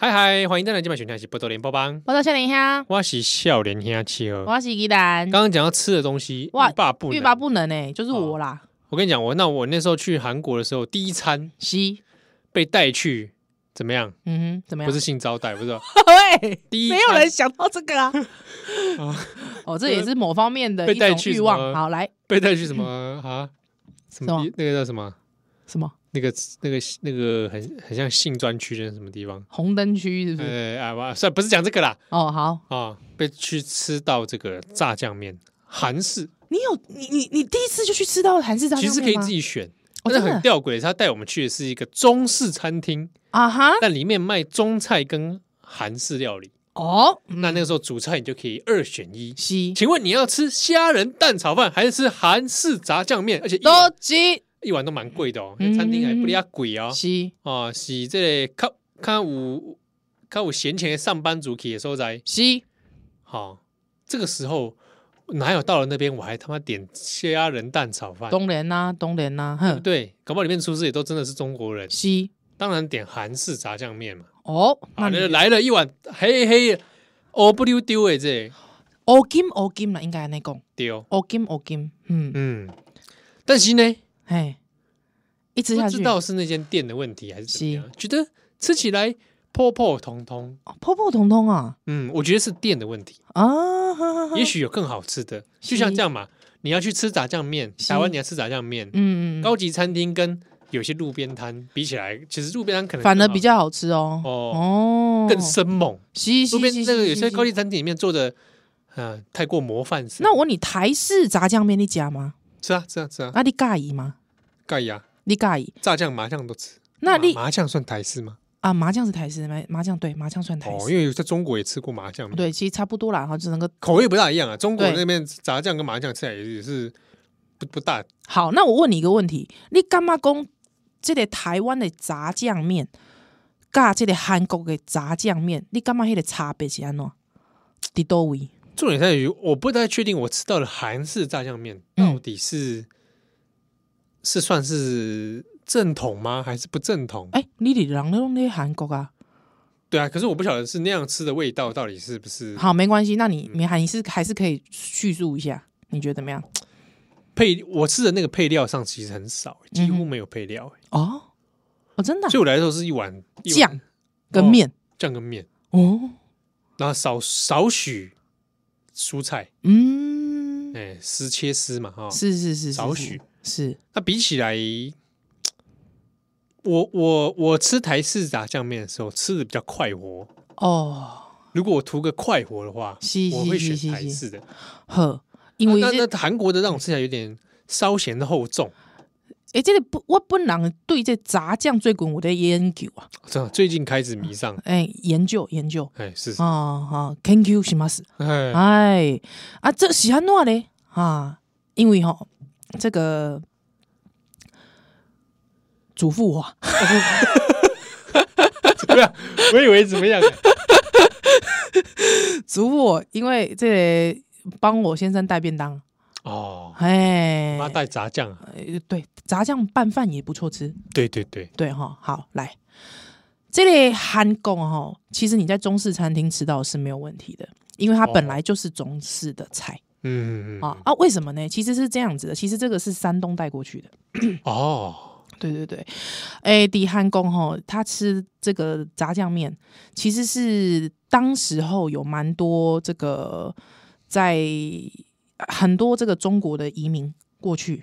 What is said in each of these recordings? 嗨嗨，欢迎再来今晚选听是波多连波邦，我到夏林香，我是笑脸听企鹅。我是宜兰嗯哦刚，刚讲到吃的东西，哇欲罢不欲能。哦罢不能哎、就是我啦，我跟你讲，我那我那时候去韩国的时候，第一餐西，被带去怎么样？嗯哼，怎么样？不是性招待，不是 喂，第一没有餐人想到这 个啊。哦，这也是某方面的被一带种去欲什么望。好，来被带去什么 啊？什么什么地那个叫什么？什么那个那个那个很很像性专区的什么地方？红灯区是不是？呃啊，我算不是讲这个啦哦，好，啊，被去吃到这个炸酱面，韩式你有你你你第一次就去吃到韩式炸酱其面实可以吗自己选，哦但是真的很吊诡，的是他带我们去的是一个中式餐厅，啊哈 但里面卖中菜跟韩式料理。哦，那那个时候主菜你就可以二选一，西请问你要吃虾仁蛋炒饭还是吃韩式炸酱面？而且一多碗吉一碗都蛮贵的哦，那餐厅还不哩贵哦。西哦，是这个看看有看有闲钱的上班族去的所在。西好、这个时候哪有到了那边我还他妈点虾仁蛋炒饭？东联呐东联呐，哼对，搞不好里面厨师也都真的是中国人，西当然点韩式炸酱面嘛。哦，啊，那那你来了一碗黑黑的，哦不溜丢的这个哦金哦金啦，应该安尼讲丢，哦金哦金，嗯，嗯，但是呢，嘿，一吃不下去知道是那间店的问题还是怎么样，觉得吃起来破破通通。哦普普通通啊嗯，我觉得是店的问题，啊，哈哈哈也许有更好吃的，就像这样嘛，你要去吃炸酱面，是台湾你要吃炸酱面，嗯嗯，嗯高级餐厅跟有些路边摊比起来，其实路边摊可能反而更好比较好吃哦哦哦，更生猛。西路西边西那个有些高。是级餐厅里面做的，呃，太过模范是式。那我问你台式炸酱面你加吗？吃啊吃啊吃啊，啊，你介意吗？盖呀，你介意？炸酱麻酱都吃。那麻你麻酱算台式吗？啊，麻酱是台式吗？麻酱对，麻酱算台哦，式。哦因为在中国也吃过麻酱嘛，对，其实差不多啦，哈，就能够口味不大一样啊。中国对那边炸酱跟麻酱吃起来也是不不大好。那我问你一个问题，你干嘛讲这个台湾的炸酱面，甲这个韩国的炸酱面，你干嘛迄个差别是安怎？伫多位？重点在于，我不太确定我吃到的韩式炸酱面到底是、嗯是算是正统吗，还是不正统？哎、你伫人拢咧韩国啊？对啊，可是我不晓得是那样吃的味道到底是不是好，没关系，那你嗯你还是还是可以叙述一下，你觉得怎么样？配我吃的那个配料上其实很少，几乎没有配料，哦，哦，真的啊、对、我来说是一碗一碗酱跟面酱跟面，哦，然后少少许蔬菜，嗯，哎、丝切丝嘛哈。是是是是，少是许是那比起来，我我我吃台式炸酱面的时候吃的比较快活，哦，如果我图个快活的话，是我是会选是是台是式的。呵，因为啊那这那韩国的让我吃起来有点稍嫌厚重。诶，哎这个不，我本人对这炸酱最近有在研究啊，真的，最近开始迷上，诶，研究研究哎，是，啊啊，thank you 什么事？哎，哎啊，这是安怎嘞啊？因为吼，这个嘱咐我啊。怎么样？我以为怎么样？啊 嘱咐我，因为这个帮我先生带便当，哦，哎，妈带炸酱啊，呃对，炸酱拌饭也不错吃，对对对，对哈，好来，这类韩国哈，其实你在中式餐厅吃到是没有问题的，因为它本来就是中式的菜嗯嗯啊、啊，为什么呢？其实是这样子的，其实这个是山东带过去的，嗯，哦，对对对，哎，底韩公哈，他吃这个炸酱面，其实是当时候有蛮多这个在很多这个中国的移民过去，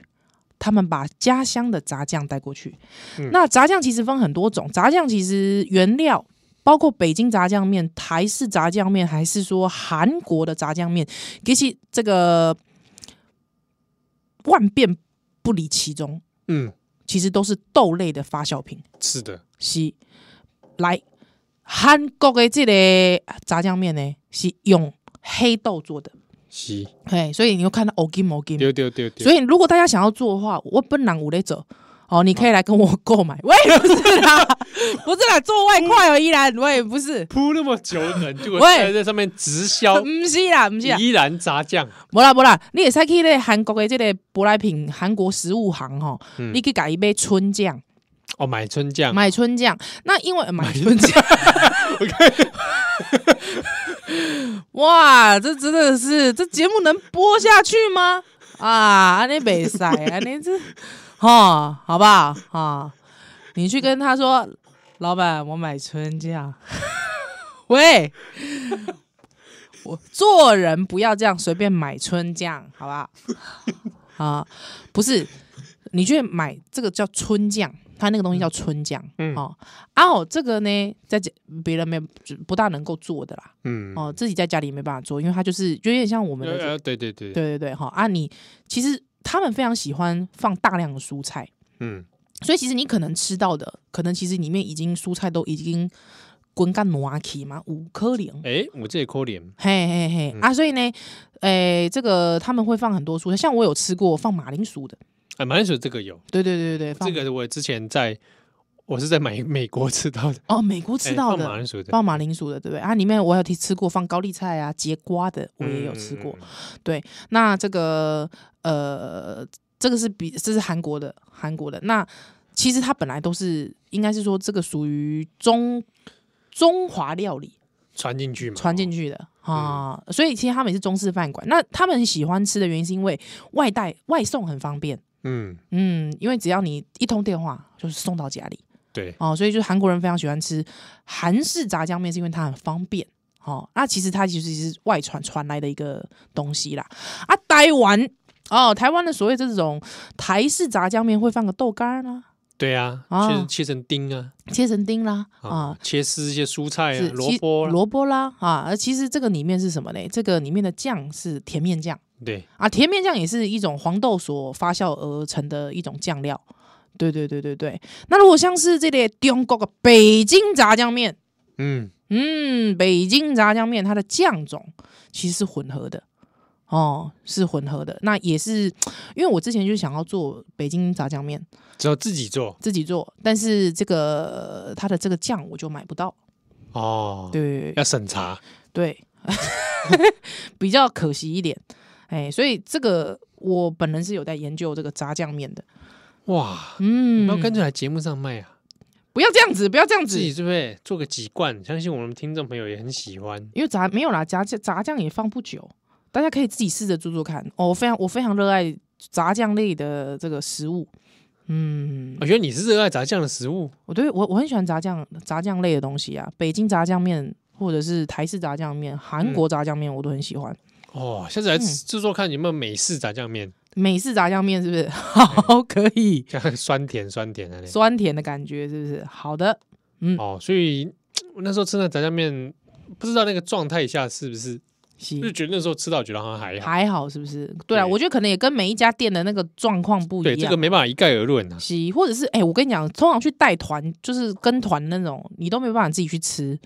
他们把家乡的炸酱带过去。嗯那炸酱其实分很多种，炸酱其实原料。包括北京炸酱面、台式炸酱面，还是说韩国的炸酱面，其实这个万变不离其宗。嗯，其实都是豆类的发酵品。是的，是，来韩国的这个炸酱面呢，是用黑豆做的，是，哎，所以你又看到 o g i m o g i 丢丢丢丢，所以如果大家想要做的话，我本人有在走。哦，你可以来跟我购买，喂，不是啦，不是啦，做外快而已啦，喂，不是，铺那么久的人，结果喂现在在上面直 销不是啦，不是啦，依然炸酱，无啦无啦，你会使去咧韩国的这个舶来品韩国食物行吼，嗯你去甲伊买春酱，哦，买春酱，买春酱。那因为、呃买春 酱， 哇，这真的是这节目能播下去吗？啊，安尼北塞，安尼这， 哈，好不好？啊，你去跟他说，老板，我买春酱。 喂，我做人不要这样随便买春酱，好不好？ 啊，不是，你去买这个叫春酱，它那个东西叫春酱，嗯哦，啊哦，这个呢，在家别人没就不大能够做的啦，嗯，哦，自己在家里没办法做，因为它就是就有点像我们的这呃，呃对对对，对对对，哈啊你，其实他们非常喜欢放大量的蔬菜，嗯所以其实你可能吃到的，可能其实里面已经蔬菜都已经滚干挪起嘛，五颗零。哎，我这也扣脸，嘿嘿嘿、嗯啊，所以呢，诶、这个他们会放很多蔬菜，像我有吃过放马铃薯的，哎，马铃薯这个有，对对对对对，放这个我之前在我是在美美国吃到的，哦，美 国吃哎到放的、马铃薯的，放马铃薯的，对不对？啊，里面我有吃过放高丽菜啊、节瓜的，我也有吃过。嗯，嗯嗯那这个呃，这个是比这是韩国的韩国的。那其实它本来都是应该是说这个属于中中华料理传进去嘛，传进去，去的嗯啊、所以其实他们也是中式饭馆。那他们喜欢吃的原因是因为外带外送很方便，嗯，嗯，因为只要你一通电话就是送到家里。对，哦，所以就是韩国人非常喜欢吃韩式炸酱面，是因为它很方便。哦，那、其实它其实是外传传来的一个东西啦。啊，台湾哦，台湾的所谓这种台式炸酱面会放个豆干儿啦，对啊，啊切成切成丁啊，切成丁啦，啊啊，，切丝一些蔬菜啊是，萝其卜啦，萝卜啦，啊，而其实这个里面是什么呢？这个里面的酱是甜面酱对，啊，甜面酱也是一种黄豆所发酵而成的一种酱料。对对对对对。那如果像是这类中国的北京炸酱面。嗯，嗯，北京炸酱面它的酱种其实是混合的，哦，是混合的。那也是因为我之前就想要做北京炸酱面只有自己做自己做，但是这个它的这个酱我就买不到，哦，对要审查，对， 比较可惜一点。哎，所以这个我本人是有在研究这个炸酱面的，哇，嗯不要，跟着来节目上卖啊。不要这样子，不要这样自子，己是不是做个几罐？相信我们听众朋友也很喜欢。因为炸没有啦，炸酱炸酱也放不久，大家可以自己试着做做看。哦，我非常我非常热爱炸酱类的这个食物。嗯，我觉得哦你是热爱炸酱的食物，我对我我很喜欢炸酱炸酱类的东西啊，北京炸酱面或者是台式炸酱面、韩嗯国炸酱面我都很喜欢。哦，下次来嗯制作看有没有美式炸酱面， 美式炸酱面是不 是好可以？这样酸甜酸甜的嘞。酸甜的感觉是不是好的？哦，所以我那时候吃那炸酱面，不知道那个状态下是不是，就行，觉得那时候吃到觉得好像还好。还好是不是？对啊，嗯对我觉得可能也跟每一家店的那个状况不一对，样。这个没办法一概而论啊。西，或者是哎、我跟你讲，通常去带团就是跟团那种，你都没办法自己去吃，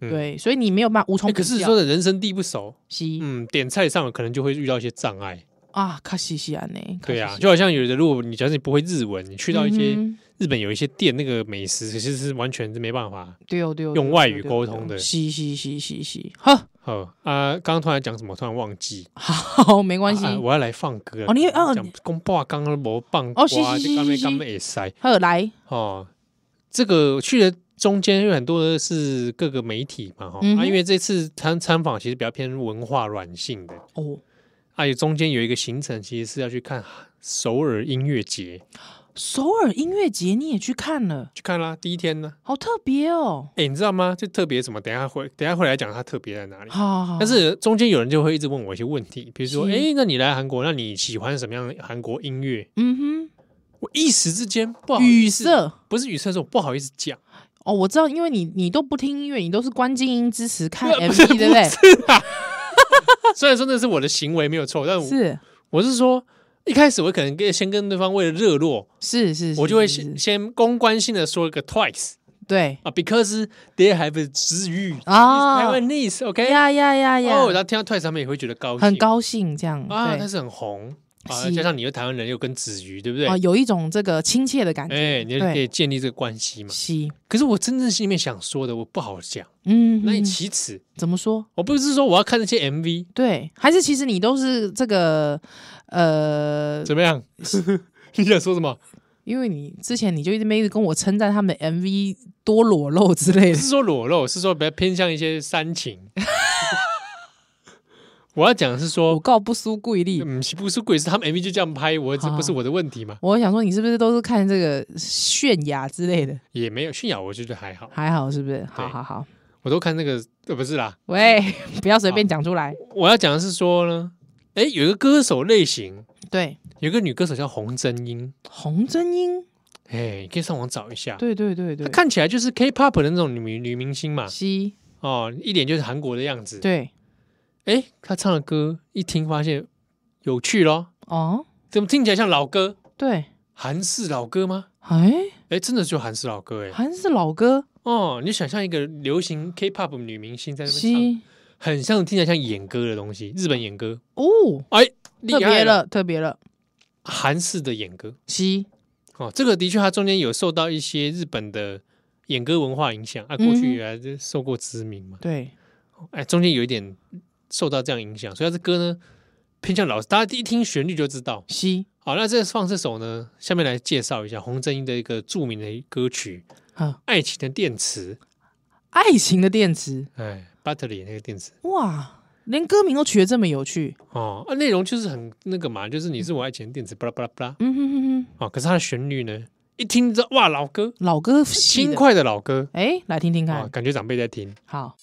嗯对，所以你没有办法无从哎比较。可是说的人生地不熟，西、嗯，点菜上可能就会遇到一些障碍。啊，卡西西嗯安呢？对啊，就好像有的，如果你假设你不会日文，你去遇到一些日本有一些店，那个美食其实是完全是没办法。对哦对哦，用外语沟通的西西西西西，呵，哦啊，刚刚突然讲什么，突然忘记。好，没关系，啊啊我要来放歌哦你哦讲公爸刚刚没放哦是是就刚没是刚没塞呵，来，哦。这个去了中间有很多的是各个媒体嘛哈、哦嗯啊，哼因为这次参参访其实比较偏文化软性的，哦，啊，有中间有一个行程其实是要去看首尔音乐节，首尔音乐节你也去看了，去看啦，第一天呢，好特别哦，哎，你知道吗？就特别什么？等一下会等一下会来讲它特别在哪里。好好，好但是中间有人就会一直问我一些问题，比如说，是哎，那你来韩国，那你喜欢什么样的韩国音乐？嗯我一时之间不好哼，意语思，塞。不是语塞是我不好意思讲， 哦，我知道，因为你你都不听音乐，你都是关静音支持看啊不是 MV，对不对？虽然说那是我的行为没有错，但我是我是说，一开始我可能跟先跟对方为了热络，是是，是我就会是是先先公关性的说一个 twice 对啊，because they have a 日语啊 Taiwanese OK，呀呀呀呀，哦，然后听到 twice 他们也会觉得高兴，很高兴这样，啊，对但是很红啊，是加上你又台湾人又跟子瑜对不对？啊，有一种这个亲切的感觉，哎，你就可以建立这个关系嘛。是，可是我真正心里面想说的，我不好讲，嗯，难以嗯启齿。怎么说？我不是说我要看那些 MV 对，还是其实你都是这个呃， 怎么样，你想说什么？因为你之前你就一直没一直跟我称赞他们的 MV 多裸露之类不的，是说裸露，是说比较偏向一些煽情。 我要讲的是我说，告不输故意力。嗯，不是鬼，是他们 MV 就这样拍，我这好不是我的问题嘛？我想说，你是不是都是看这个泫雅之类的？也没有泫雅，我就觉得还好，还好是不是？好好好，我都看那个，呃，不是啦。喂， 不要随便讲出来。我要讲的是说呢，哎，有一个歌手类型，对，有一个女歌手叫洪真英，洪真英，哎，你可以上网找一下。对对对她对，看起来就是 K-pop 的那种女女明星嘛，西，哦，一脸就是韩国的样子。对，哎，她唱的歌一听发现有趣咯，哦，怎么听起来像老歌？对，韩式老歌吗？哎，哎，真的就韩式老歌哎。还是老歌，哦，你想象一个流行 K-pop 女明星在那边唱，西，很像听起来像演歌的东西，日本演歌，哦，哎，厉特害别，了，特别了，韩式的演歌。西，哦，这个的确，它中间有受到一些日本的演歌文化影响啊，过去嗯哼也来这受过知名嘛，对，哎，中间有一点受到这样影响，所以它这歌呢偏向老，大家一听旋律就知道。西，好，那这放这首呢，下面来介绍一下洪真英的一个著名的歌曲《啊，爱情的电池》，爱情的电池，哎，Butterly 那个电池。哇，连歌名都取得这么有趣，哦，啊，内容就是很那个嘛，就是你是我爱情的电池，巴拉巴拉巴拉。嗯哼哼哼，哦，可是它的旋律呢，一听知道哇，老歌，老歌系轻的，快的老歌哎，来听听啊、看，感觉长辈在听。好，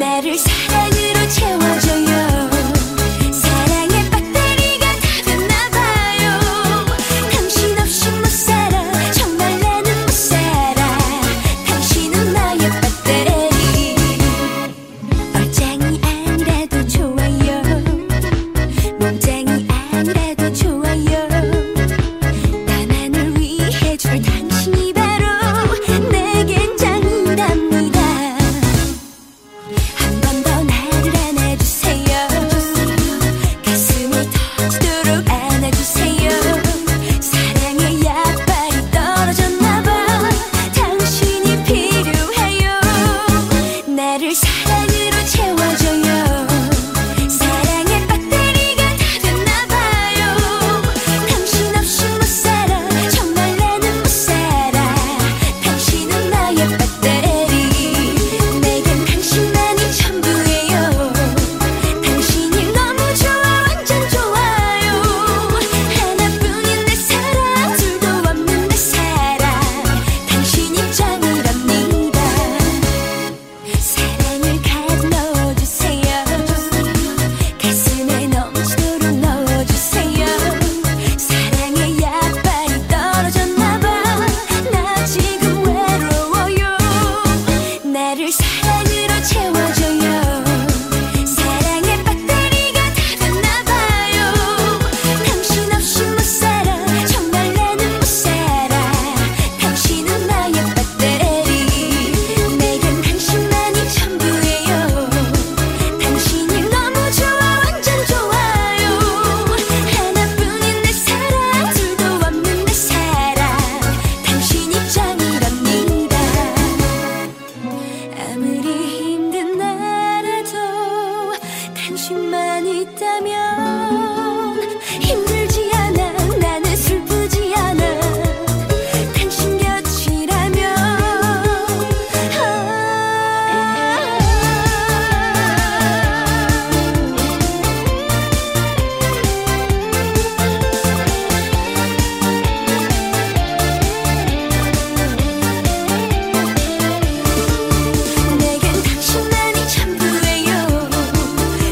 나를 사랑으로 채워줘요 사랑의 배터리가 다 됐나봐요 당신 없이 못살아 정말 나는 못살아 당신은 나의 배터리 얼짱이 아니라도 좋아요 몸짱이 아니라도 좋아요 나만을 위해 줄 당신이 바로 내겐 짱이랍니다 한 번 더 나를 안아주세요 가슴이 터지도록 안아주세요 사랑의 약발이 떨어졌나봐 당신이 필요해요 나를 사랑으로 채워줘요 사랑의 배터리가 다 됐나봐요 당신 없이 못살아 정말 나는 못살아 당신은 나의 배터리 내겐 당신만이 전부예요 당신이 너무 좋아 완전 좋아요 하나뿐인 내 사랑 둘도 없는 내 사랑 당신이 짱이랍니다 사랑을 가득 넣어주세요 가슴에 넘치도록 넣어주세요 사랑의 약발이 떨어졌나봐 나 지금 외로워요 나를 사랑으로 채워줘요 사랑의 배터리가 다 됐나봐요 당신 없이 못살아 정말 나는 못살아 당신은 나의 배터리 내겐 당신만이 전부예요 당신이 너무 좋아 완전 좋아요 하나뿐인 내 사랑 둘도 없는 내 사랑 당신이 짱이랍니다 아무리 힘든 나라도 당신만 있다면 힘들지 않아 나는 슬프지 않아 당신 곁이라면 내겐 당신만이 전부예요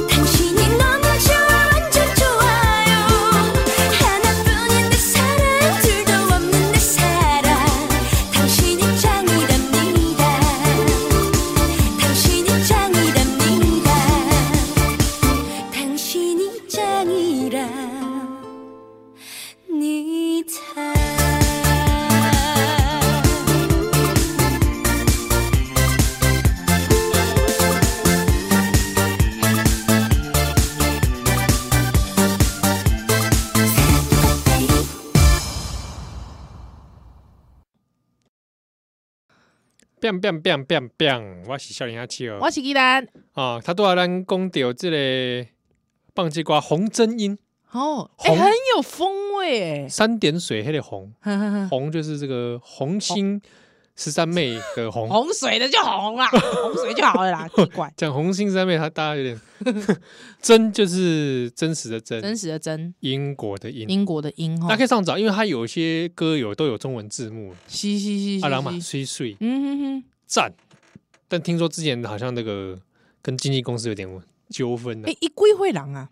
당신이 너무 좋아 biang biang biang biang biang，我是少年阿七儿我是依兰。啊，他都要咱讲到这个棒鸡瓜红真音，哦，哎、红很有风味哎、三点水黑的红，哼哼哼红就是这个红心十三妹的红。 红水的就 红啦，红水就好了啦，奇怪，讲红心十三妹，他大家有点 真就是真实的真，真实的真，英国的英，英国的英哦哈大家，可以上找，因为它有一些歌有都有中文字幕，嘻嘻嘻阿郎嘛嘻碎嘻，碎嗯哼哼，赞。但听说之前好像那个跟经纪公司有点纠纷呢哎、，一龟会狼啊，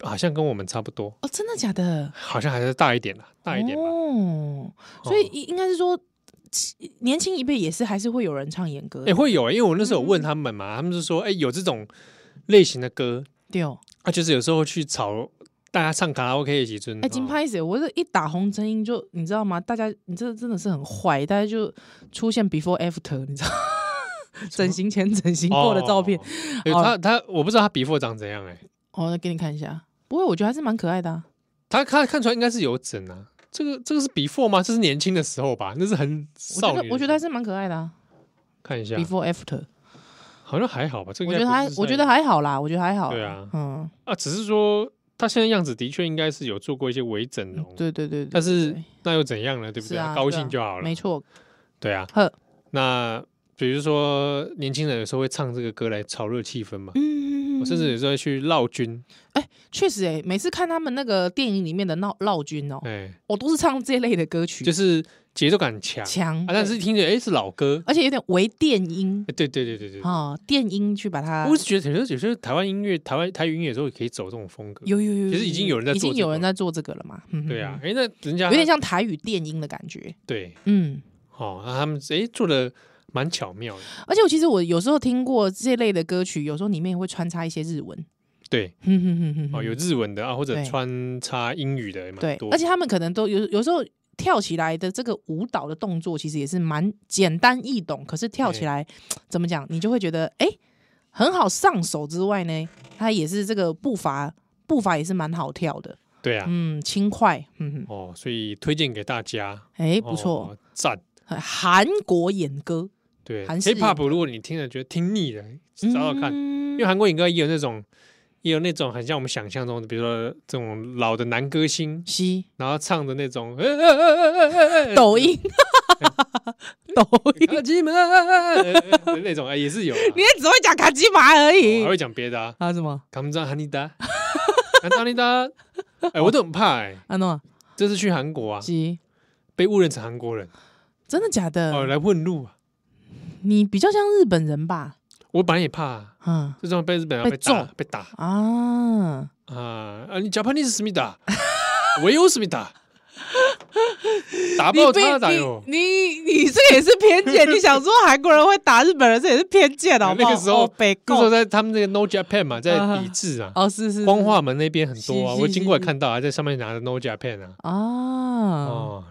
好像跟我们差不多，哦，真的假的？好像还是大一点啦，大一点啦。哦，所以哦应应该是说，其年轻一辈也是还是会有人唱演歌哎、，会有、欸，因为我那时候有问嗯他们嘛，他们就说，哎、有这种类型的歌对哦，啊，就是有时候去炒大家唱卡拉 OK 的时阵，哎，金哦拍谁？我这一打红真音就你知道吗？大家你这真的是很坏，大家就出现 before after，你知道吗。整形前、整形后的照片，哦哎他哦他我不知道他 before 长怎样、欸，哎，哦，那给你看一下。不会，我觉得还是蛮可爱的、啊。他看看出来应该是有整啊。这个这个是 before 吗？这是年轻的时候吧？那是很我少觉女的时候。得我觉得还是蛮可爱的啊。看一下， Before after，好像还好吧。这个我觉得还应该不是我觉得在还好啦，我觉得还好啦。对啊嗯，啊，只是说他现在样子的确应该是有做过一些微整容，嗯对对对对。但是对那又怎样呢？对不是对？啊，高对啊兴就好了。没错，对啊，呵，那比如说年轻人有时候会唱这个歌来炒热气氛嘛，嗯，我甚至有时候会去绕军，确实哎、每次看他们那个电影里面的闹闹军哦，哎，我都是唱这类的歌曲，就是节奏感强啊，强、但是听着哎是老歌，而且有点微电音哎对对对对对。啊、电音去把它我，是觉得有时候有些台湾音乐、台湾台语音乐有时候也可以走这种风格，有有有，其实已经有人在已做经这有个人了在做这个了嘛，嗯对啊，，嗯哎，那人家有点像台语电音的感觉，对，嗯。哦，那他们哎做的蛮巧妙的，而且我其实我有时候听过这类的歌曲，有时候里面也会穿插一些日文，对，哼哼哼哼哼哦，有日文的啊，或者对穿插英语的也蛮对多，的，而且他们可能都有有时候跳起来的这个舞蹈的动作，其实也是蛮简单易懂，可是跳起来、怎么讲，你就会觉得哎、诶很好上手之外呢，它也是这个步伐步伐也是蛮好跳的，对啊，嗯，轻快，嗯，哼，哦，所以推荐给大家，哎、不错，哦，赞，韩、国演歌，对韩式演，K-pop 如果你听了觉得听腻了，找找看，嗯因为韩国演歌也有那种。也有那种很像我们想象中的，比如说这种老的男歌星，西然后唱的那种，呃呃呃呃呃呃呃 抖音，抖音，卡基们呃呃呃那种，哎也是有啊，你也只会讲卡基玛而已我还，会讲别的啊，还有什么？卡姆扎哈尼 达，卡扎哈尼达，哎，我都很怕哎，安诺这次去韩国啊，西，被误认成韩国人，真的假的？哦，来问路啊，你比较像日本人吧？我本来也怕、啊，嗯这种被日本人被被打揍被打啊啊，啊！你 Japanese 思密 达，唯有思密达，打你爆被他打哟！你你你这个也是偏见，你想说韩国人会打日本人，这也是偏见，好不好？那个时候哦北那时候共在他们那个 No Japan 嘛，在抵制啊，哦，是是是光化门那边很多啊，是是我经过也看到啊，在上面拿着 No Japan 啊，啊，哦，哦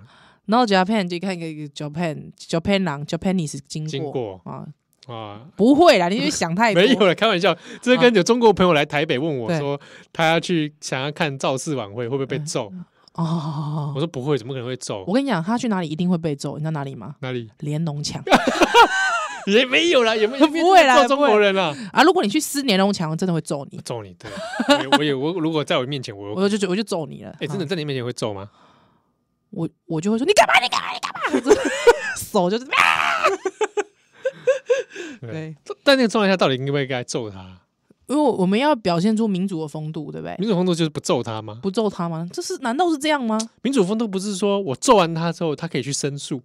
然后 Japan 就看一个 Japan Japan 狼 Japanese 经经过啊，啊。不会啦，你就想太多， 啊没有了，开玩笑。这跟有中国朋友来台北问我对说，他要去想要看造势晚会，会不会被嗯揍？我哦。说不会，怎么可能会揍我？跟你讲，他去哪里一定会被揍，你知道哪里吗？哪里连农 墙也没有啦，也没有 不会啦揍中国人啦。啊！如果你去撕连农墙，真的会揍你我，揍你，对，我也我也我如果在我面前， 我我就我就揍你了。哎、真的啊，在你面前会揍吗？我我就会说你干嘛？你干嘛？你干嘛？手就是啊对，对，但那个状态下到底应不应该揍他？因为我们要表现出民主的风度，对不对？民主风度就是不揍他吗？不揍他吗？这是难道是这样吗？民主风度不是说我揍完他之后，他可以去申诉，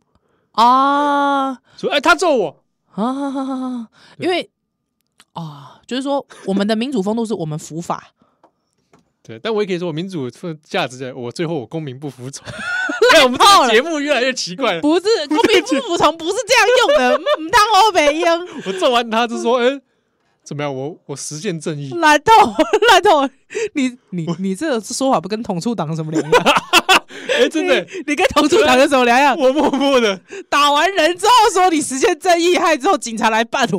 啊啊说哎、他揍我，哈哈哈！因为啊，就是说我们的民主风度是我们服法，对，但我也可以说我民主价值在我最后我公民不服 从。哎，我们这炮个了节目越来越奇怪了。不是公 民不服从，不是这样用的。嗯，当欧北英我揍完他就说，哎、怎么样？我我实现正义，烂透烂透，你你你这个说法不跟统促党有什么两样？哎、 真的，你跟统促党有什么两样？我默默的，打完人之后说你实现正义，害之后警察来办 我，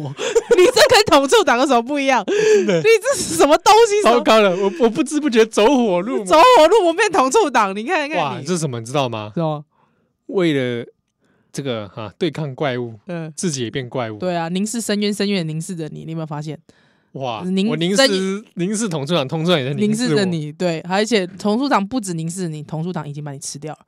你这跟统促党有什么不一样？的你这是什么东西？什糟么糕了，我我不知不觉走火入魔。走火入魔变同处党，你看看哇，你，这是什么？你知道吗？是吗？为了这个啊对抗怪物，嗯，自己也变怪物。对啊，凝视深渊，深渊也凝视着你，你有没有发现？哇，凝我凝真视凝视童处长，童处长也在凝视视我着。你，对，而且童处长不止凝视你，童处长已经把你吃掉了，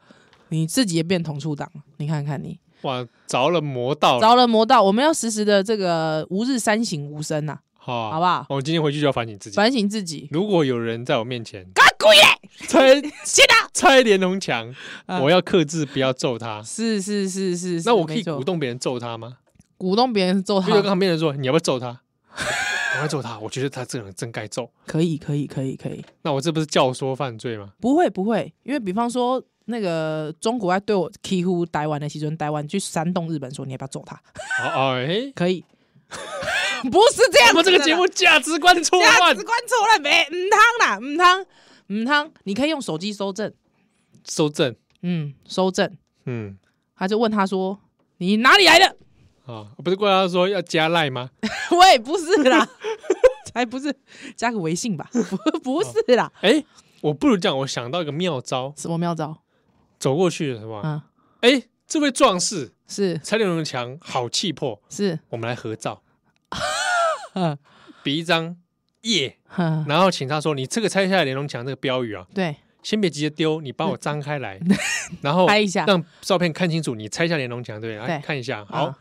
你自己也变童处长了，你看看你哇，着了魔道了，着了魔道，我们要时时的这个吾日三省吾身呐、好，好不好？我今天回去就要反省自己。反省自己，如果有人在我面前干鬼耶，拆 是的，拆连龙墙，啊我要克制，不要揍他。是是是是，是那我可以没错鼓动别人揍他吗？鼓动别人揍我他就，跟旁边人说：“你要不要揍他？” 我要揍他，我觉得他这个人真该揍。可以可以可以可以，那我这不是教唆犯罪 吗？不会不会，因为比方说。那个中国在对我欺负台湾的时阵，台湾去煽动日本说你要不要揍他？哦哦，哎，可以， 不是这样我子的啦。们这个节目价值观错价乱值，观错了没？唔汤啦，唔汤，唔汤，你可以用手机搜证，收正。嗯，搜证，嗯，他就问他说：“你哪里来的 啊，不是怪他说要加赖吗？？”喂，不是 啦，才不是，加个微信吧，不不是啦，哎，我不如这样，我想到一个妙招，什么妙招？走过去是吧？嗯，哎，这位壮士是蔡连龙强好气魄，是，我们来合 照，嗯，比一张耶，哼然后请他说：“你这个拆下来连龙墙这个标语啊，对，先别急着丢，你帮我张开 来，然后嗯拍一下让照片看清楚。你拆下连龙墙，对，来对看一下。嗯好，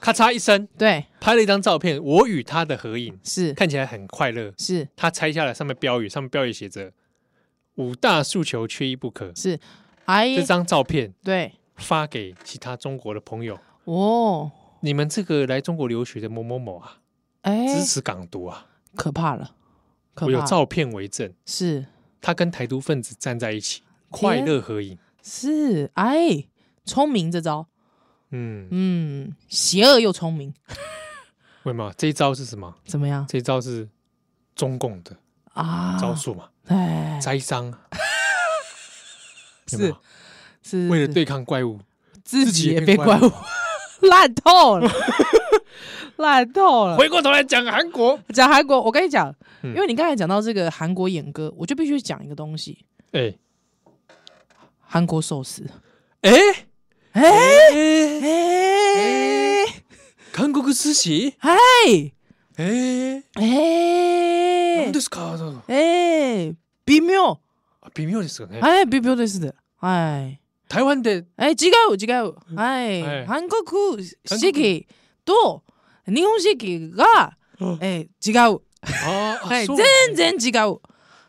咔嚓一声，对，拍了一张照片，我与他的合影，是看起来很快乐。是他拆下来，上面标语，上面标语写着“五大诉求缺一不可”。是，哎这，张照片对，发给其他中国的朋友，哦，你们这个来中国留学的某某某啊，哎，支持港独啊，可怕了，可我有怕，照片为证，是他跟台独分子站在一起，快乐合影。是，哎，聪明这招，嗯，嗯，邪恶又聪明，为什么这一招是什么？怎么样？这一招是中共的啊，招数嘛，哎，栽 赃啊，有没是有是为了是对抗怪物，自自己己也也变变怪怪物， 烂 透了，烂透了。回过头来讲韩国，讲韩国，我跟你讲，嗯因为你刚才讲到这个韩国演歌，我就必须讲一个东西，哎韩国寿司。哎哎哎，哎韩国寿司，哎哎，何哎ですか？哎，微妙，微妙ですよね。哎，微妙ですね。哎台湾で哎，違う違う。哎哎、韓国式と日本式がうんえ違う。あーはあ、いそう全然違う。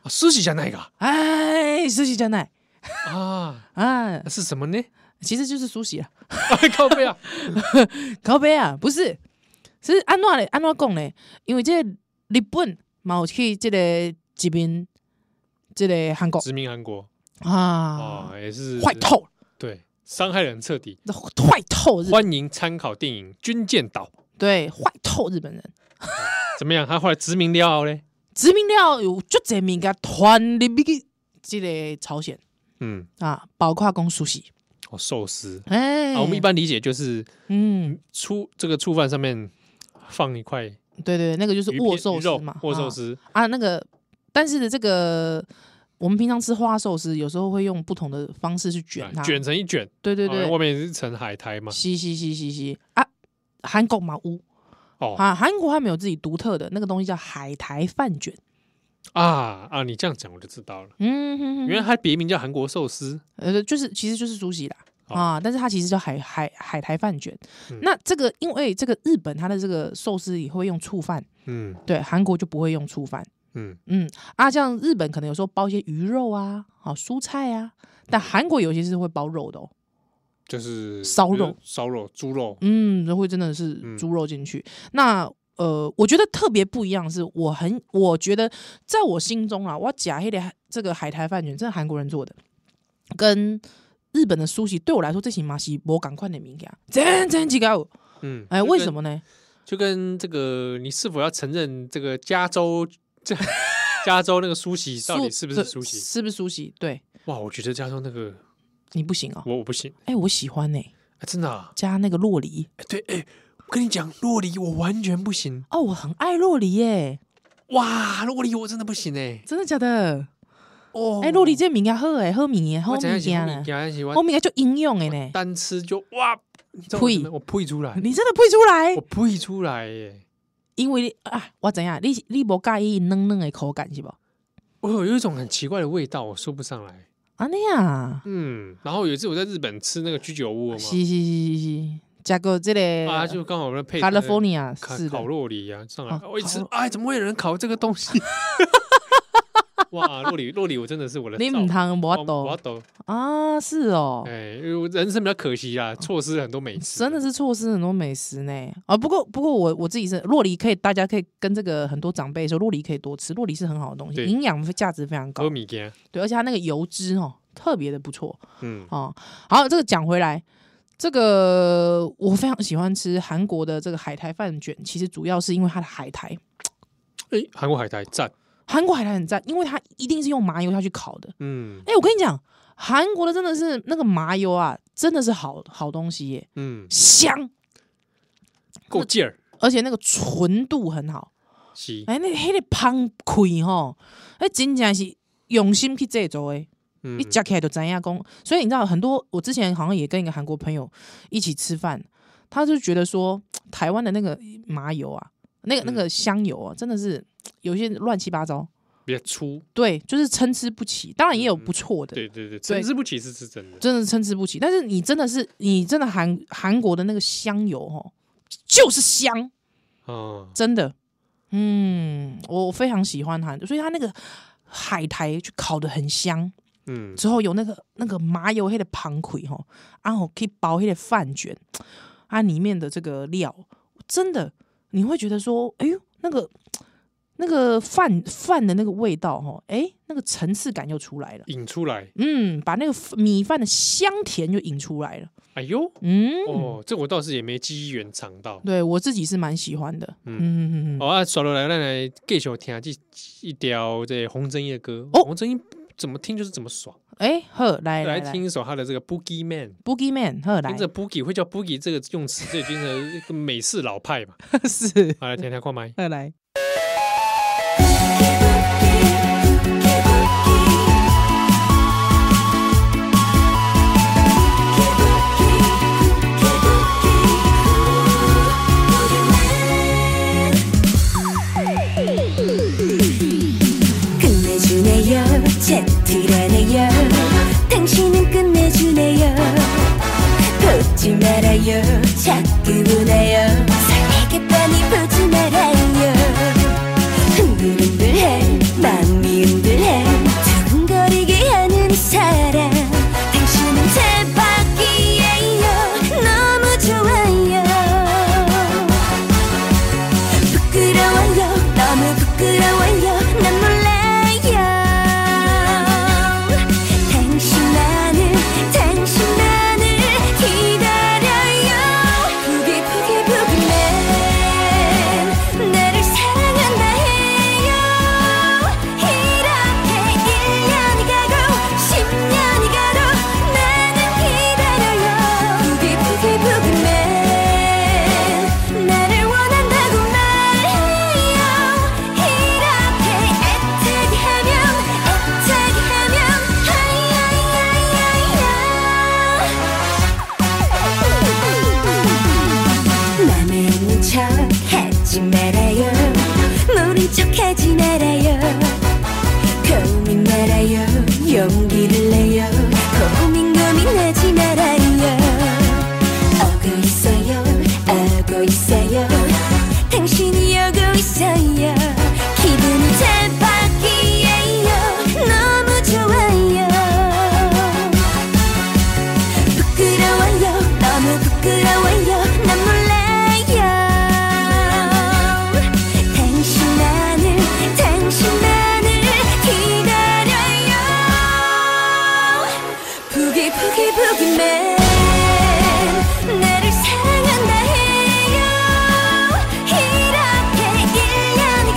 あ寿司じゃないが。哎，寿喜じゃない。 あ啊あ、，是什么 呢？其实就是苏喜啊，啊靠背啊！高杯啊，不是，是安怎嘞？安怎讲嘞？因为这个日本嘛有去这个这边，这个韩 国殖民韩国啊啊，，也是坏透了，对，伤害得很彻底。这坏透日本，欢迎参考电影《军舰岛》。对，坏透日本人，怎么样？他后来殖民了后嘞？殖民了有足侪物件传入去这个朝鲜嗯，啊，包括讲苏喜，哦，寿司。哎、啊，我们一般理解就是嗯，粗这个触饭上面放一块对对，那个就是鱼片握寿鱼司肉嘛，握寿啊司。啊，那个，但是这个我们平常吃花寿司，有时候会用不同的方式去卷它，啊卷成一卷，对对啊对外，面是一层海苔嘛。吸吸吸吸吸啊，韩国嘛屋哦啊，韩国他们有自己独特的那个东西叫海苔饭卷，啊啊！你这样讲我就知道了，嗯哼哼原来它别名叫韩国寿司。呃，就是其实就是苏喜啦。哦啊，但是它其实叫海海海苔饭卷。嗯那这个因为这个日本它的这个寿司也会用醋饭，嗯对，韩国就不会用醋饭。嗯，嗯啊，像日本可能有时候包一些鱼肉啊，啊蔬菜啊，但韩国有些是会包肉的哦。就是烧肉比如烧肉、猪肉。嗯，都会真的是嗯猪肉进去。那呃，我觉得特别不一样的是，我很我觉得在我心中啊，我假黑的这个海苔饭卷，这是韩国人做的，跟日本的苏西对我来说，这起码是我赶快的名家，真真几个嗯，哎，就为跟什？么呢？就跟这个，你是否要承认这个加州 这加州那个苏喜到底是不是苏喜？是不是苏西？对哇，我觉得加州那个你不行哦。我我不行，哎，我喜欢呢、啊真的啊。加那个洛梨哎对，哎、我跟你讲，洛梨我完全不行，哦，我很爱洛梨耶、哇，洛梨我真的不行哎、真的假的？哦，哎，洛梨这名家好哎，好名耶，好我怎样名喜家欢你呢，喜欢喜好欢名家就应用哎呢。单吃就哇你知道我呸怎么样我呸出来，你真的不会出来我，呸出来耶！因为你啊，我怎样，你你无介意嫩嫩的口感是不？我哦有一种很奇怪的味道，我说不上来。啊那啊，嗯，然后有一次我在日本吃那个居酒屋嘛，是是是是是，加个这个啊，就刚好我在配那个 California 烤是的烤，洛里啊，上来哦我一吃烤，哎，怎么会有人烤这个东西？ 哇，洛里洛里，我真的是我的哦你造唔通我我我懂懂，啊？是哦，哎，因为我人生比较可惜啦，错失了很多美食，真的是错失很多美食呢。啊，不过不过我我自己是洛梨，可以大家可以跟这个很多长辈说，洛梨可以多吃，洛梨是很好的东西，对呃营养价值非常喝高，米干，对，而且它那个油脂哦特别的不错嗯，哦。好，这个讲回来。这个我非常喜欢吃韩国的这个海苔饭卷，其实主要是因为它的海苔，哎，韩国海苔赞，韩国海苔很赞，因为它一定是用麻油下去烤的。嗯哎、我跟你讲，韩国的真的是那个麻油啊，真的是好好东西耶，嗯，香，够劲儿，而且那个纯度很好。是，哎、那迄、那个芳开吼，哎，真正是用心去制作的，嗯你吃起来就知影讲。所以你知道，很多我之前好像也跟一个韩国朋友一起吃饭，他就觉得说，台湾的那个麻油啊，那嗯个那个香油啊，真的是有些乱七八糟。比较粗，对，就是参差不齐，当然也有不嗯错的，对对对，参差不齐是是真的，真的参差不齐。但是你真的是，你真的韩韩国的那个香油哦，就是香，啊，真的。嗯，我非常喜欢韩，所以它那个海苔就烤的很香，嗯，之后有那个那个麻油黑的旁葵吼，然后可以包黑的饭卷，啊里面的这个料，真的你会觉得说，哎呦那个。那个饭饭的那个味道哦，哎，那个层次感又出来了，引出来，嗯，把那个米饭的香甜就引出来了。哎呦，嗯，哦，这我倒是也没机缘尝到。对我自己是蛮喜欢的。嗯嗯嗯好、嗯，哦、啊，刷落来，咱来继续听这一条这洪真一的歌。哦洪真一怎么听就是怎么爽。哎，呵，来来来听一首他的这个 Boogie Man。 ，Boogie Man，呵，来跟，着 Boogie 会叫 Boogie 这个用词，这已经是一个美式老派 嘛。 是，好，来听听看麦。呵，来， 끝내주네요 젠틀하네요 당신은 끝내주네요 보지 말아요 자꾸 보나요 설레게 뻔히 보지 말아요 흔들흔들해 마음이 흔들해 두근거리게 하는 사람 당신은 대박이에요 너무 좋아요 부끄러워요 너무 부끄러워요 난 몰라요 당신만을 당신만을 기다려요 부기부기 부기맨 나를 사랑한다 해요 이렇게 1년이 가고 10년이 가도 나는 기다려요 부기부기 부기맨 나를 원한다고 말해요 이렇게 애타게 하면 애타게 하면 하야야야야 맘에 없는 척 하지 말아요 모른 척 하지 말아요 고민 말아요 용기를 내요 고민 고민하지 말아요 오고 있어요 오고 있어요 당신이 오고 있어요 기분이 대박이에요 너무 좋아요 부끄러워요 너무 부끄러워요 난 몰라요 당신만을 당신만을 기다려요 부기부기 부기맨 나를 사랑한다 해요 이렇게 1년이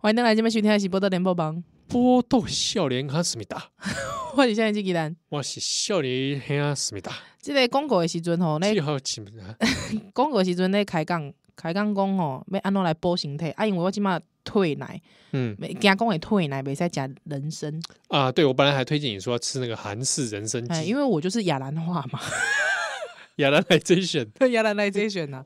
欢迎登来这边收听的是《波多连播榜》，波豆笑脸卡思密达，我是现在这个人。我是笑脸卡思密达，这个广告的时阵吼，咧记好起名啊！广告的时阵咧开讲，开讲讲吼，要安怎来补身体？啊，因为我即满退奶，嗯惊讲会退奶，袂使食人参，啊，对我本来还推荐你说要吃那个韩式人参哎，鸡，因为我就是亚兰化嘛， 亚兰来甄选，亚兰来这 选呐，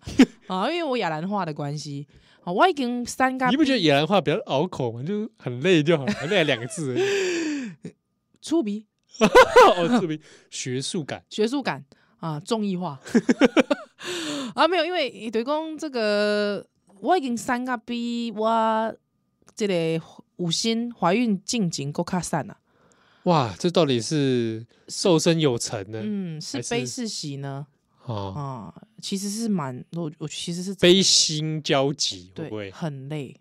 啊，因为我亚兰化的关系，啊，我已经三加你不觉得亚兰话比较拗口吗？就是很累就好了，很累两个字而 已。粗鄙哦，这边学术感，学术感啊，综艺化 啊，没有，因为对讲这个我已经三个比我这个五星怀孕进前够较啊散啦。哇，这到底是瘦身有成呢？嗯，是还是悲是喜呢？哦，啊，其实是蛮我我其实是悲心交集会不对会？很累，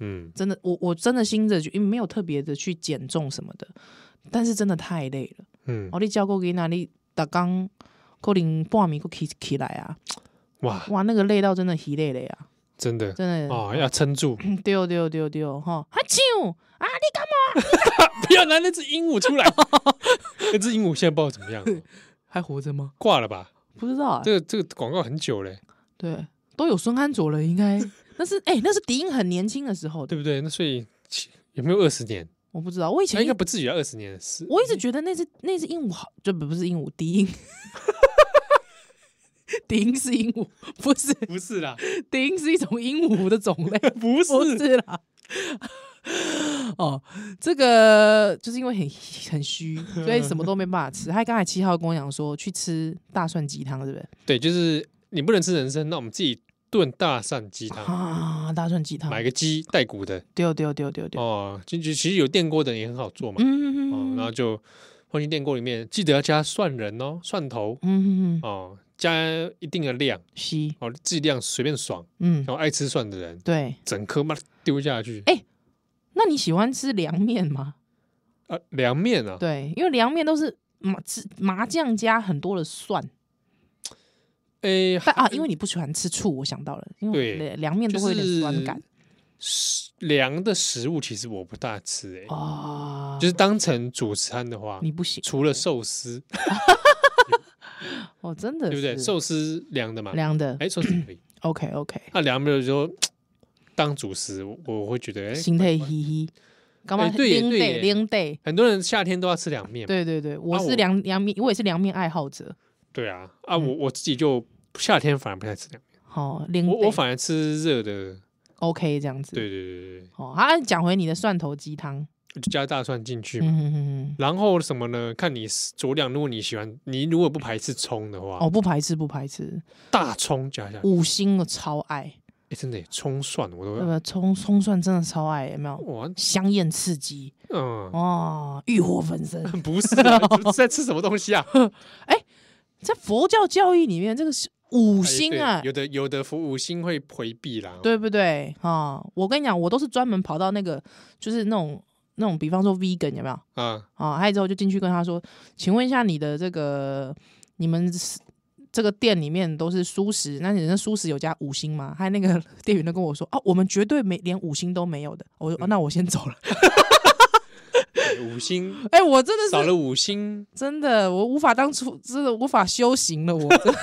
嗯，真的，我我真的心着就嗯因为没有特别的去减重什么的，但是真的太累了。嗯，我你教过给哪里打刚，可能半暝够起起来啊，哇，哇，那个累到真的疲累累啊，真的真的。 哦，要撑住，对哦对哦对哦对哦 哈，哈啾啊！你不要拿那只鹦鹉出 来。那只鹦鹉现在不知道怎么样了，还活着吗？挂了 吧？不知道啊、这个这个广告很久嘞，对，都有孙安佐了，应该 那是哎、那是迪英很年轻的时候，对对，不对？那所以其有没有二十年？我不知道，我以那前应该不至于啊要二十年，是我一直觉得那只那只鹦鹉好，就不不是鹦鹉，迪英，迪英是鹦鹉，不是不是啦？迪英是一种鹦鹉的种类， 不不是，是啦。哦，这个就是因为很很虚，所以什么都没办法吃。他刚才七号跟我讲说去吃大蒜鸡汤，对不对？对，就是你不能吃人参，那我们自己炖大蒜鸡汤，啊，大蒜鸡汤，买个鸡带骨的对对对对对，哦，其实其实有电锅的也很好做嘛，哦，嗯然后就放进电锅里面，记得要加蒜仁哦，蒜头嗯嗯，哦，加一定的量是，哦，剂量随便爽，嗯然，后爱吃蒜的人对。整颗嘛丢下去那你喜欢吃凉面吗？啊，凉面啊，对，因为凉面都是麻吃麻酱加很多的蒜，诶，但啊，因为你不喜欢吃醋，我想到了，因为对凉面都会有点酸感食凉的食物其实我不大吃诶，啊，就是当成主餐的话，你不行除了寿司，哦，真的对不对？是寿司凉的嘛，凉嗯的哎，寿司可以。 ，OK OK，那凉面的时候当主食，我我会觉得，哎、心态嘻嘻，干嘛哎对耶零对对耶零对，很多人夏天都要吃凉面嘛。对对对，我啊我是凉凉面，我也是凉面爱好者，对啊，啊，嗯我我自己就夏天反而不太吃凉面，好零我我反而吃热的。 OK 这样子，对对对对哦，啊，讲回你的蒜头鸡汤，对，就加大蒜进去嘛。嗯哼哼哼，然后什么呢？看你酌量，如果你喜欢，你如果不排斥葱的话，哦，嗯不排斥不排斥，大葱加下去，五星我超爱，哎，真的耶葱蒜我都那个葱葱蒜真的超爱，有没有？哇，香艳刺激嗯，哦，欲火焚身。 不是 啊，你在吃什么东西啊？在佛教教义里面，这个是五星哎啊对，有的有的服五星会回避啦，对不对？啊、我跟你讲，我都是专门跑到那个，就是那种那种，比方说 vegan 有没有？啊，啊，还有之后就进去跟他说，请问一下你的这个你们是这个店里面都是素食，那你的素食有加五星吗？还有那个 店员都跟我说，哦，我们绝对没连五星都没有的。我嗯说、哦那我先走了。 哎五星哎、我真的少是了五星真的，我无法当初真的无法修行了，我真的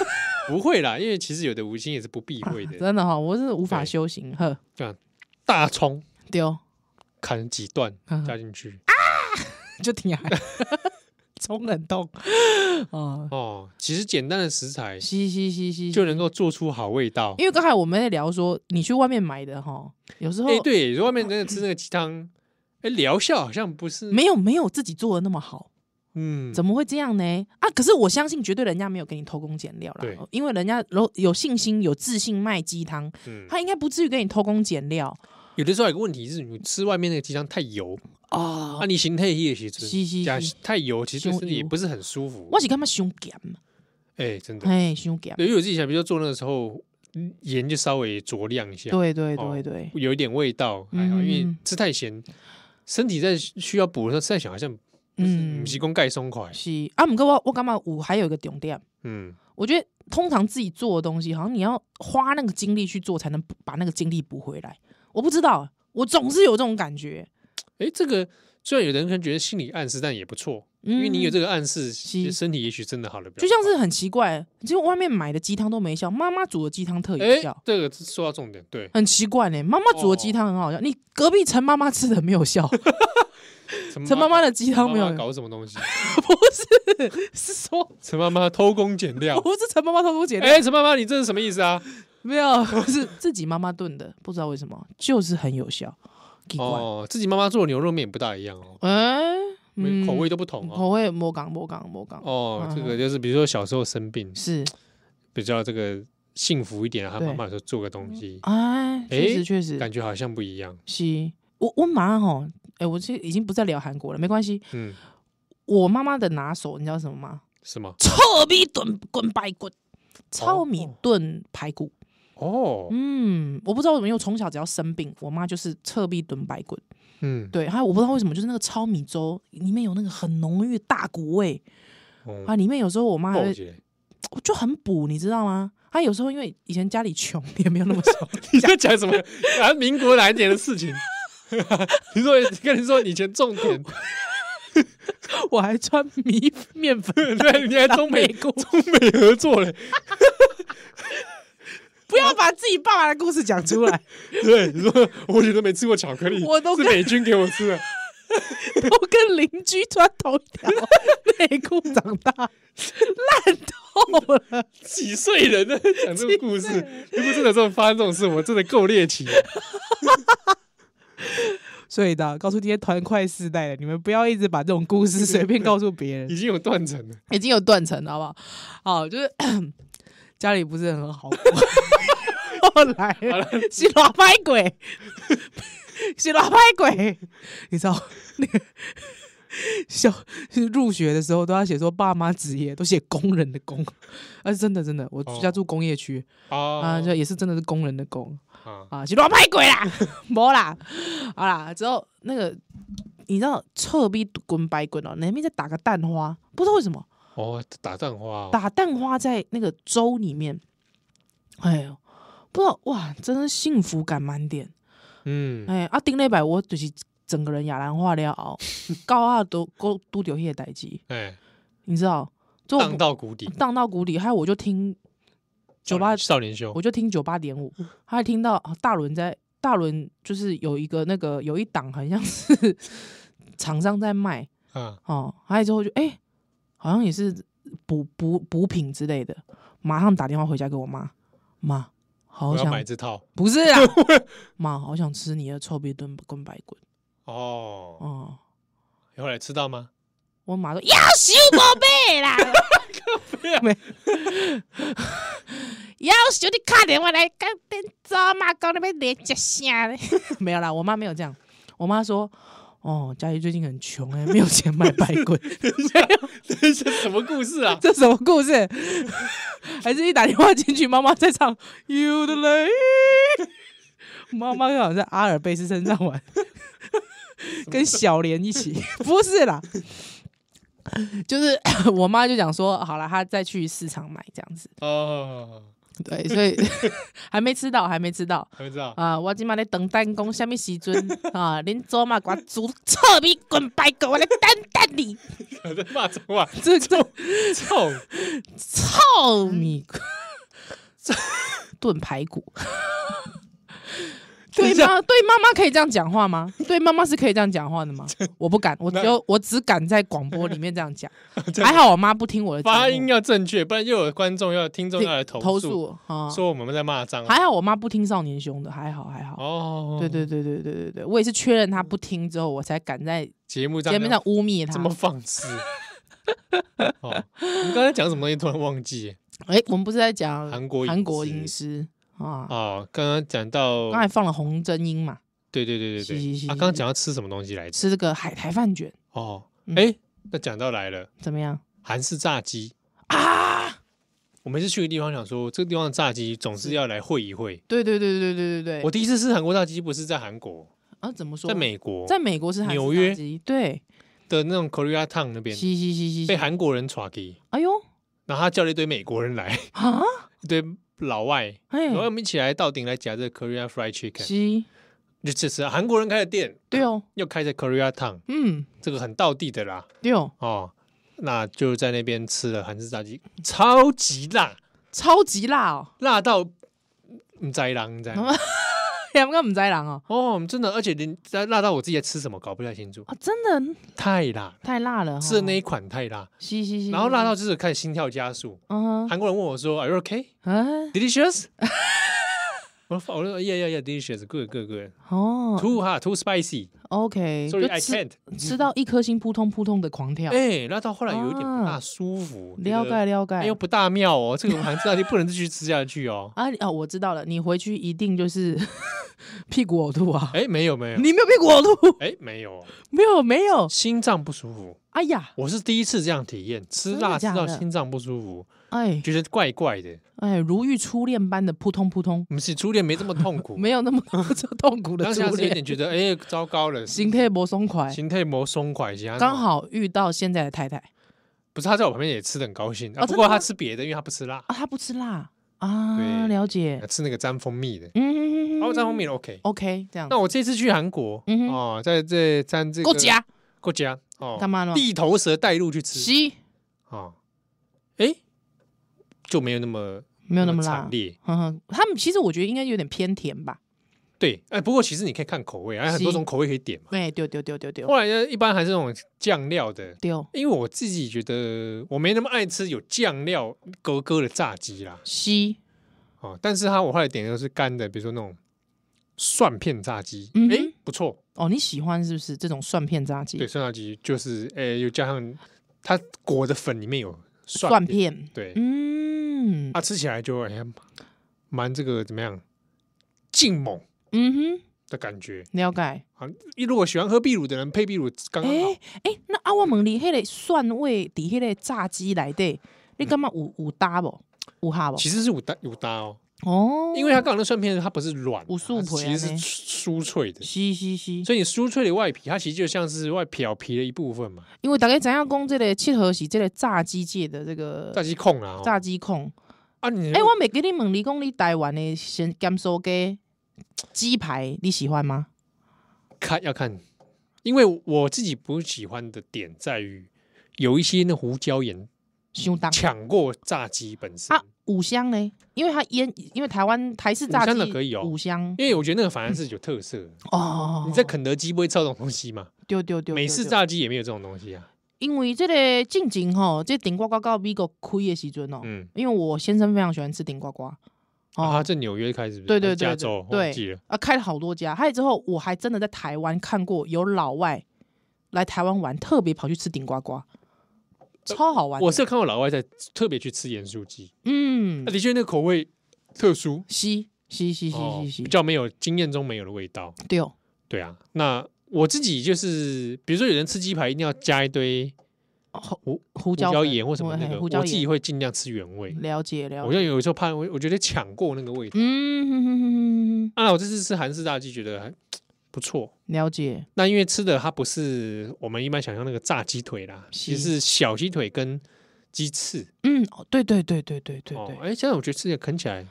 不会啦，因为其实有的无心也是不避讳的， 真的哈、我是无法对修行。呵，大葱丢、哦、砍几段嗯加进去， 就挺矮， 冲很 痛啊！哦，其实简单的食材嘻嘻嘻嘻，就能够做出好味道。因为刚才我们在聊说，你去外面买的哈，有时候、哎，对，如果外面真的吃那个鸡汤，哎，疗效好像不是，没有没有自己做的那么好，嗯，怎么会这样呢？啊，可是我相信绝对人家没有给你偷工减料啦对，因为人家有有信心、有自信卖鸡汤，嗯他应该不至于给你偷工减料有的时候有个问题是，你吃外面那个鸡汤太油，啊啊，。你形态也其实是是加是太油，其实对太身体也油不是很舒服我。是干嘛凶咸嘛？哎，真的，哎，凶咸。对，因为我自己以前比如说做那个时候，嗯盐就稍微酌量一下，对对哦对对，有一点味道，还好，因为嗯吃太咸，身体在需要补的时候，再想好像嗯，嗯不，是讲钙松块，是啊。不过我我干嘛有还有一个重点，嗯，我觉得通常自己做的东西，好像你要花那个精力去做，才能补把那个精力补回来。我不知道，啊我总是有这种感觉，哎，这个虽然有的人可能觉得心理暗示，但也不错，因为你有这个暗示，是身体也许真的好了。就像是很奇怪，结果外面买的鸡汤都没效，妈妈煮的鸡汤特有哎效，，这个说到重点，对，很奇怪呢、妈妈煮的哦鸡汤很好笑，你隔壁陈妈妈吃的没有效，陈妈妈的鸡汤没有妈妈搞什么东西？不是， 是说陈妈妈偷工减料。不是陈妈妈偷偷解的，哎，陈妈妈，你这是什么意思啊？没有，是自己妈妈炖的，不知道为什么，就是很有效，奇怪，哦，自己妈妈做的牛肉面也不大一样哦，哎、嗯，口味都不同哦。口味魔港魔港魔港，哦，这嗯个就是比如说小时候生病，是，比较这个幸福一点啊，他对妈妈有时候做个东西，哎，确实哎确实感觉好像不一样。是，我我妈吼，哎、我这已经不再聊韩国了，没关系。嗯，我妈妈的拿手，你知道什么吗？是吗？臭米炖滚排骨，糙米炖排骨。哦，嗯，我不知道为什么，因为我从小只要生病，我妈就是臭米炖排骨。嗯，对，还有我不知道为什么，就是那个糙米粥里面有那个很浓郁的大骨味哦，啊，里面有时候我妈还抱会姐，就很补，你知道吗？她有时候因为以前家里穷， 也没有那么熟， 你在讲什么？啊，民国哪一年的事情？ 你说跟你说以前重 点，我还穿米 面粉对，你还中美当内裤中美合作嘞，不要把自己爸爸的故事讲出 来，对，你说我以前都没吃过巧克力，我都是跟美军给我吃的，都跟邻居穿同一条 内裤长大，烂透了。几岁人呢？讲这个 故事，如果真的这么发生这种事，我真的够猎奇的。所以的，告诉这些团块世代的，你们不要一直把这种故事随便告诉别已人，经有断层了，已经有断层了，好不好？好，就是 家里不是很好过，后来是老拍鬼， 是老拍鬼，你知道 那个。小入学的时候都要写说爸妈职业，都写工人的工，啊，真的真的，我哦家住工业区，啊，啊就也是真的是工人的工啊，啊，去乱拍鬼啦， 没啦，好啦，之后那个你知道侧壁滚白滚哦，里面再打个蛋花，不知道为什么哦，打蛋花哦，打蛋花在那个粥里面，哎呦，不知道哇，真的幸福感满点，嗯，哎啊，顶礼拜我就是整个人亚兰化了 后，高二都都都有些代志，哎，你知道，就荡到谷底，荡到谷底，还有我就听酒吧少年兄我就听九八点五，嗯还听到啊大伦在大伦就是有一个那个有一档很像是 厂商在卖啊，哦，还有之后就哎、好像也是补补补品之类的，马上打电话回家给我妈，妈好我要想买这套不是啊，妈好想吃你的臭鳖炖炖白滚哦。哦。后来吃到 吗？我妈说：“要修宝 贝啦，没要修你打电话来跟跟走嘛，讲那边连接声嘞。 没有啦，我妈没有这样。我妈说：“哦，家里最近很穷哎、没有钱买白棍。这是什么故事啊”？ 这什么故事？还是一打电话进去，妈妈在唱《You 的泪》， 妈妈好像在阿尔卑斯山上玩， 跟小莲一起， 不是啦，就是 我妈就讲说，好了，她再去市场买这样子，哦，对，所以 还没吃到，还没吃到。还没 知道啊！我今嘛在等蛋公，什么时阵啊？恁祖嘛给我煮臭米滚白狗，我来等等你。我在骂脏话，这 这臭臭嗯米炖排 骨。对等一妈对妈妈可以这样讲话吗？对妈妈是可以这样讲话的吗？ 我不敢，我只有我只敢在广播里面这样 讲。还好我妈不听我的节目发音要正确，不然又有观众要听众要来投投诉，诉啊，说我们在骂脏话。还好我妈不听少年凶的，还好还好。哦，对，对对对对对对，我也是确认她不听之后，我才敢在节目上节目上污蔑这她么。放 肆。哦，你刚才讲什么东西？突然忘记哎，我们不是在讲韩国饮韩国食吟诗啊？哦，刚刚讲到刚，才放了洪真英嘛，对对对对对是是，是啊，刚刚讲到吃什么东西来着？吃这个海苔饭卷哦，嗯哎，那讲到来了，怎么样？韩式炸鸡。啊，我每次去个地方，想说这个地方的炸鸡总是要来会一会。对对对对对对对，我第一次吃韩国炸鸡，不是在韩国，啊怎么说？在美国，在美国是韩式纽约炸鸡对，的那种 Korea Town 那边嘻嘻嘻嘻，被嘻韩国人抓鸡，哎呦然后他叫了一堆美国人来， 啊，一堆老外，哎嗯然，后我们一起来到顶来夹这个 Korea Fried Chicken。嘻，这是韩国人开的店，对哦，又开在 Korea Town，嗯，这个很道地的啦对哦，哦。那就在那边吃了韩式炸鸡，超级辣，超级辣哦， 辣到嗯在狼在两个唔知人哦，哦，真的，而且连辣到我自己在吃什么搞不太清楚，啊，真的太辣了，太辣了，哦吃的那一，款太辣，嘻嘻嘻，然后辣到就是开始心跳加速。嗯哼，韩国人问我说：“Are you okay? 嗯， Delicious？” 我说：“我说 Yeah, yeah, yeah, delicious, good, good, good. 哦 Too hot, too spicy. ，OK， Sorry, 就 I 吃 can't.” 吃到一颗心扑通扑通的狂跳，哎，辣到后来有一点不啊大舒服，了觉得解了解，。哎呦不大妙哦，这个韩式辣鸡不能继续吃下去哦 啊哦，我知道了，你回去一定就是 屁股呕吐啊！哎，没有没有，你没有屁股呕吐？哎没有，没有没有，心脏不舒服。哎呀，我是第一次这样体验，吃真的辣吃假到的心脏不舒服，哎觉得怪怪的。哎，如遇初恋般的扑通扑通，我们是初恋没这么痛苦，没有那么 这痛苦的当下初是有点恋，觉得哎糟糕了，心态不松快，心态没松快一下。刚好遇到现在的太太不是他在我旁边也吃的很高兴，啊不哦真的过他吗吃别的，因为他不吃辣，啊，她不吃辣对啊，了解，吃那个沾蜂蜜的，嗯，哦沾蜂蜜的 OK。 ，OK，这样那我这次去韩国嗯哼哦，在这沾这个够夹，过家哦，干嘛呢地头蛇带路去吃吸，啊，哎，就没有那么没有那么惨辣，烈。哼哼，他们其实我觉得应该有点偏甜吧，对，哎，不过其实你可以看口味，哎，很多是种口味可以点嘛。哎，丢丢丢丢丢后来呢，一般还是那种酱料的，丢因为我自己觉得我没那么爱吃有酱料勾勾的炸鸡啦，吸，哦，但是它我后来点的是干的，比如说那种蒜片炸鸡，嗯哼诶，不错，哦，你喜欢是不是这种蒜片炸鸡？对，蒜炸鸡就是诶，又加上它裹的粉里面有蒜蒜片，对，嗯啊，吃起来就哎呀蛮这个怎么样劲猛嗯哼，的感觉了解。啊！一如果喜欢喝秘鲁的人配秘鲁刚刚好诶，诶，那阿旺门里迄个蒜味底迄个炸鸡来底，你感觉有有搭无？有下无？其实是五搭五搭哦，哦，因为它刚好那蒜片它不是软的，有素它其皮实安是尼酥脆的，是是是，所以你酥脆的外皮，它其实就像是外表皮的一部分嘛，因为大家知影讲这个七和是这个炸鸡界的这个炸鸡控啦、哦，炸鸡控。啊你诶，我没给你问你讲你台湾的咸甘酥鸡鸡排你喜欢吗？看要看，因为我自己不喜欢的点在于有一些那胡椒盐相当抢过炸鸡本身，啊，五香呢？因为它腌，因为台湾台式炸五鸡香的可以哦五香因为我觉得那个反而是有特色的。哦，你在肯德基不会吃到这种东西嘛？对对对，美式对，炸鸡也没有这种东西啊。因为这个近景吼，这顶呱呱到美国开的时阵哦，嗯，因为我先生非常喜欢吃顶呱呱，啊，哦他，在纽约开始，对对还是对加对州忘记对了，，啊，开了好多家，还有之后我还真的在台湾看过有老外来台湾玩，特别跑去吃顶呱呱，超好玩的，呃我是有看过老外在特别去吃盐酥鸡，啊嗯那，的确那个口味特殊，吸吸吸吸哦吸吸比，较没有经验中没有的味道。对哦，对啊，那我自己就是，比如说有人吃鸡排一定要加一堆胡胡胡胡椒椒粉盐或什么那嘿个，胡椒我自己盐，会尽量吃原味。了解了我解，就有时候怕，我我觉得抢过那个味道。嗯哼哼哼哼哼，啊，我这次吃韩式炸鸡觉得还不错，了解，那因为吃的它不是我们一般想象那个炸鸡腿啦，是其实是小鸡腿跟鸡翅。嗯，哦对对对对对对哦对，。哎、现在我觉得吃起来啃起来，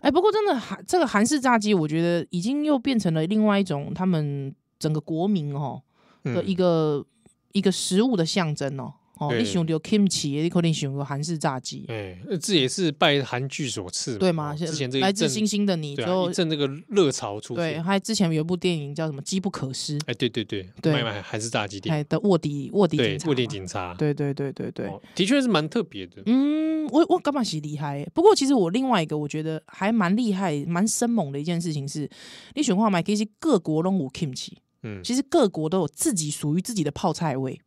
哎、不过真的韩这个韩式炸鸡，我觉得已经又变成了另外一种他们整个国民哦的一嗯，个、一个食物的象征哦。哦，对你想到 kimchi，你可能想到韩式炸鸡，哎、这也是拜韩剧所赐嘛，对吗？哦之前这一来自阵星星的你，对之啊，后一阵这个热潮出对，现。还之前有一部电影叫什么《机不可失》，哎，对对对，对卖卖还是炸鸡店，哎的卧底卧底对警，察，布丁，警察，对对对对对。哦，的确是蛮特别的。嗯，我我干嘛是厉害的？不过其实我另外一个我觉得还蛮厉害、蛮生猛的一件事情是，你选话买，其实各国都有 kimchi，嗯其实各国都有自己属于自己的泡菜味。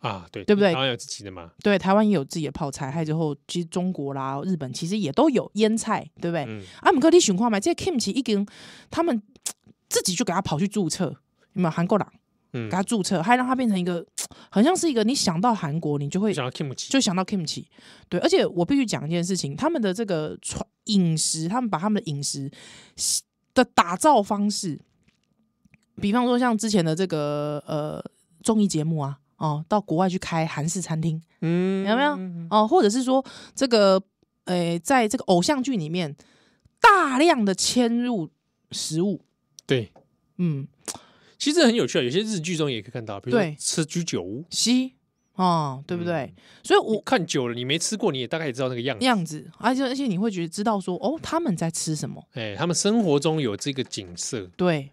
啊，对对不对台湾有自己的嘛，对，台湾也有自己的泡菜，还有之后其实中国啦、日本其实也都有腌菜，对不对？嗯，啊，姆哥，你想看嘛？这个 kimchi 已经他们自己就给他跑去注册，有没有韩国人？嗯给他注册，还让他变成一个，好像是一个你想到韩国，你就会想要 kimchi，就想到 kimchi。对，而且我必须讲一件事情，他们的这个传饮食，他们把他们的饮食的打造方式，比方说像之前的这个呃综艺节目啊，哦，到国外去开韩式餐厅嗯有没有嗯哦，或者是说这个呃，在这个偶像剧里面大量的嵌入食物，对，嗯，其实很有趣啊，有些日剧中也可以看到，比如说对吃居酒屋，西哦，对不对？所以你我看久了你没吃过，你也大概也知道那个样子。样子，而且而且你会觉得知道说，哦，他们在吃什么？哎、他们生活中有这个景色，对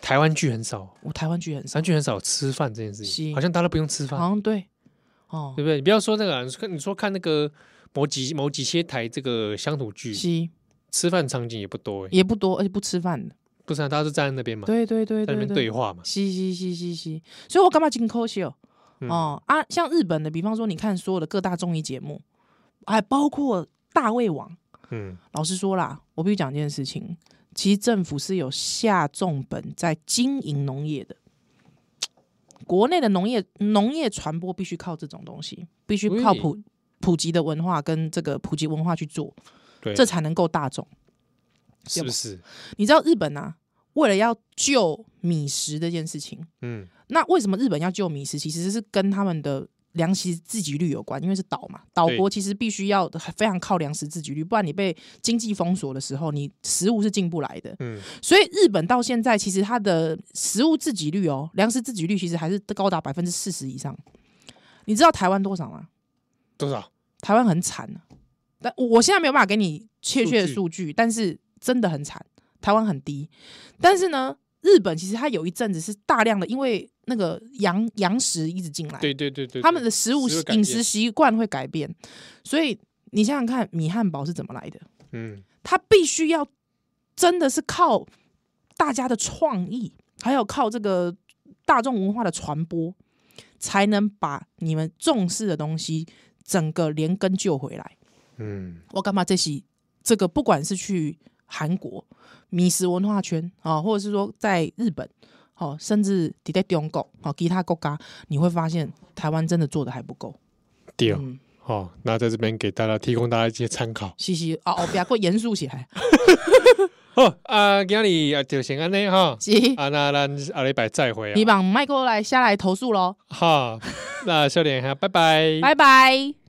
台湾剧很少，我台湾剧很少，台湾剧很少有吃饭这件事情，是好像大家都不用吃饭好，像对哦，对不对？你不要说那个、啊，你说看你说看那个某几某几些台这个乡土剧，西吃饭场景也不多、欸，也不多，而且不吃饭的，不是、啊、大家都站在那边嘛，对对对在那对边对对，话嘛，西西西西西，所以我干嘛进口西哦？嗯哦啊，像日本的，比方说你看所有的各大综艺节目，还包括大胃王。嗯，老实说啦，我必须讲一件事情，其实政府是有下重本在经营农业的。国内的农业农业传播必须靠这种东西，必须靠喂普普及的文化跟这个普及文化去做，对，这才能够大众。是不是？你知道日本啊，为了要救米食这件事情，嗯，那为什么日本要救米食？其实是跟他们的粮食自给率有关，因为是岛嘛，岛国其实必须要非常靠粮食自给率，不然你被经济封锁的时候，你食物是进不来的。嗯，所以日本到现在其实它的食物自给率哦，粮食自给率其实还是高达百分之四十以上。你知道台湾多少吗？多少？台湾很惨啊，但我现在没有办法给你确切的数据，但是真的很惨，台湾很低。但是呢，日本其实它有一阵子是大量的，因为那个洋洋食一直进来，对对对对，他们对的食物食物改变饮食习惯会改变，所以你想想看，米汉堡是怎么来的？嗯，它必须要真的是靠大家的创意，还有靠这个大众文化的传播，才能把你们重视的东西整个连根救回来。嗯，我干嘛这些这个不管是去韩国米食文化圈啊、或者是说在日本，哦，甚至你在中国，哦，其他国家，你会发现台湾真的做的还不够。对哦嗯，哦，那在这边给大家提供大家一些参考嘻嘻啊，哦，不要过严肃起来， 哦啊，今日啊就先安尼哈，是啊那咱下礼拜再会你啊，把 Michael 来下来投诉喽，哈，那笑脸哈，拜拜，拜拜。